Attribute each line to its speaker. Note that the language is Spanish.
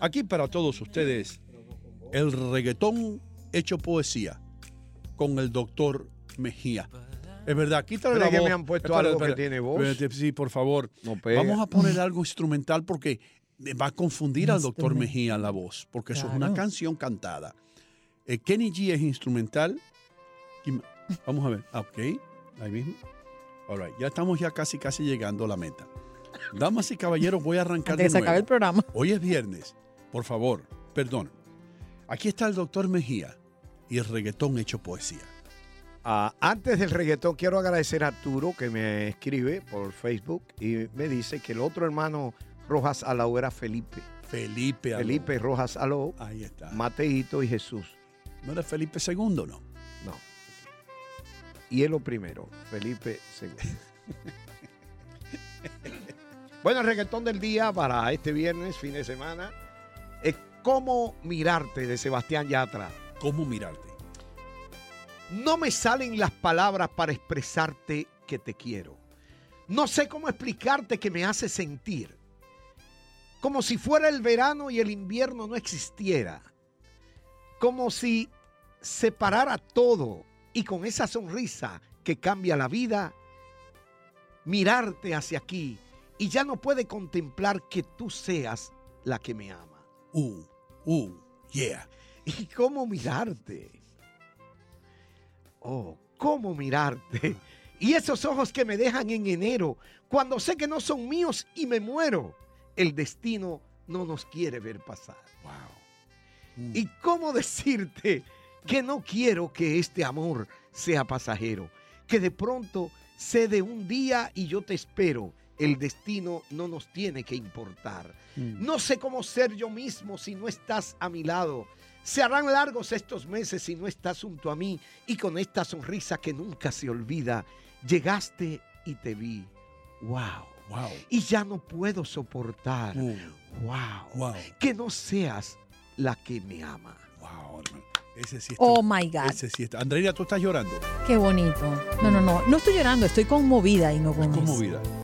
Speaker 1: Aquí para todos ustedes, el reggaetón hecho poesía con el doctor Mejía. Es verdad, quítale
Speaker 2: Pero
Speaker 1: la
Speaker 2: es que
Speaker 1: voz.
Speaker 2: me han puesto algo que tiene voz. Pues.
Speaker 1: espérate, sí, por favor.
Speaker 2: No pega.
Speaker 1: Vamos a poner algo instrumental porque va a confundir al doctor Mejía la voz, porque eso es una
Speaker 3: Claro.
Speaker 1: canción cantada. Eh, Kenny G es instrumental. Y ma- Vamos a ver. Ah, Ok, ahí mismo. All right, ya estamos ya casi, casi llegando a la meta. Damas y caballeros, voy a arrancar
Speaker 3: Antes que
Speaker 1: de
Speaker 3: se acabe el
Speaker 1: nuevo.
Speaker 3: programa.
Speaker 1: Hoy es viernes. Por favor, perdón. Aquí está el doctor Mejía y el reggaetón hecho poesía.
Speaker 2: Ah, antes del reggaetón, quiero agradecer a Arturo que me escribe por Facebook y me dice que el otro hermano Rojas Alao era Felipe.
Speaker 1: Felipe. Alonso.
Speaker 2: Felipe Rojas Alao,
Speaker 1: Ahí está.
Speaker 2: Mateito y Jesús.
Speaker 1: No era Felipe II, ¿no?
Speaker 2: No. Y él lo primero, Felipe segundo. bueno, el reggaetón del día para este viernes, fin de semana, es ¿Cómo mirarte? de Sebastián Yatra.
Speaker 1: ¿Cómo mirarte?
Speaker 2: No me salen las palabras para expresarte que te quiero. No sé cómo explicarte que me hace sentir. Como si fuera el verano y el invierno no existiera. Como si separara todo y con esa sonrisa que cambia la vida, mirarte hacia aquí y ya no puede contemplar que tú seas la que me ama
Speaker 1: Uh, uh, yeah.
Speaker 2: y cómo mirarte. Oh, cómo mirarte. Y esos ojos que me dejan en enero, cuando sé que no son míos y me muero, el destino no nos quiere ver pasar.
Speaker 1: Wow. Uh,
Speaker 2: Y cómo decirte que no quiero que este amor sea pasajero, que de pronto se dé un día y yo te espero. El destino no nos tiene que importar.
Speaker 1: uh,
Speaker 2: No sé cómo ser yo mismo si no estás a mi lado. Se harán largos estos meses si no estás junto a mí y con esta sonrisa que nunca se olvida, llegaste y te vi. ¡Wow!
Speaker 1: wow.
Speaker 2: Y ya no puedo soportar.
Speaker 1: Uh,
Speaker 2: ¡Wow!
Speaker 1: wow.
Speaker 2: Que no seas la que me ama.
Speaker 1: Wow, hermano. Ese sí está.
Speaker 3: Oh my God.
Speaker 1: ese sí está. Andreina, tú estás llorando.
Speaker 3: Qué bonito. No, no, no. No estoy llorando, estoy conmovida y no
Speaker 1: Es
Speaker 3: con
Speaker 1: conmovida.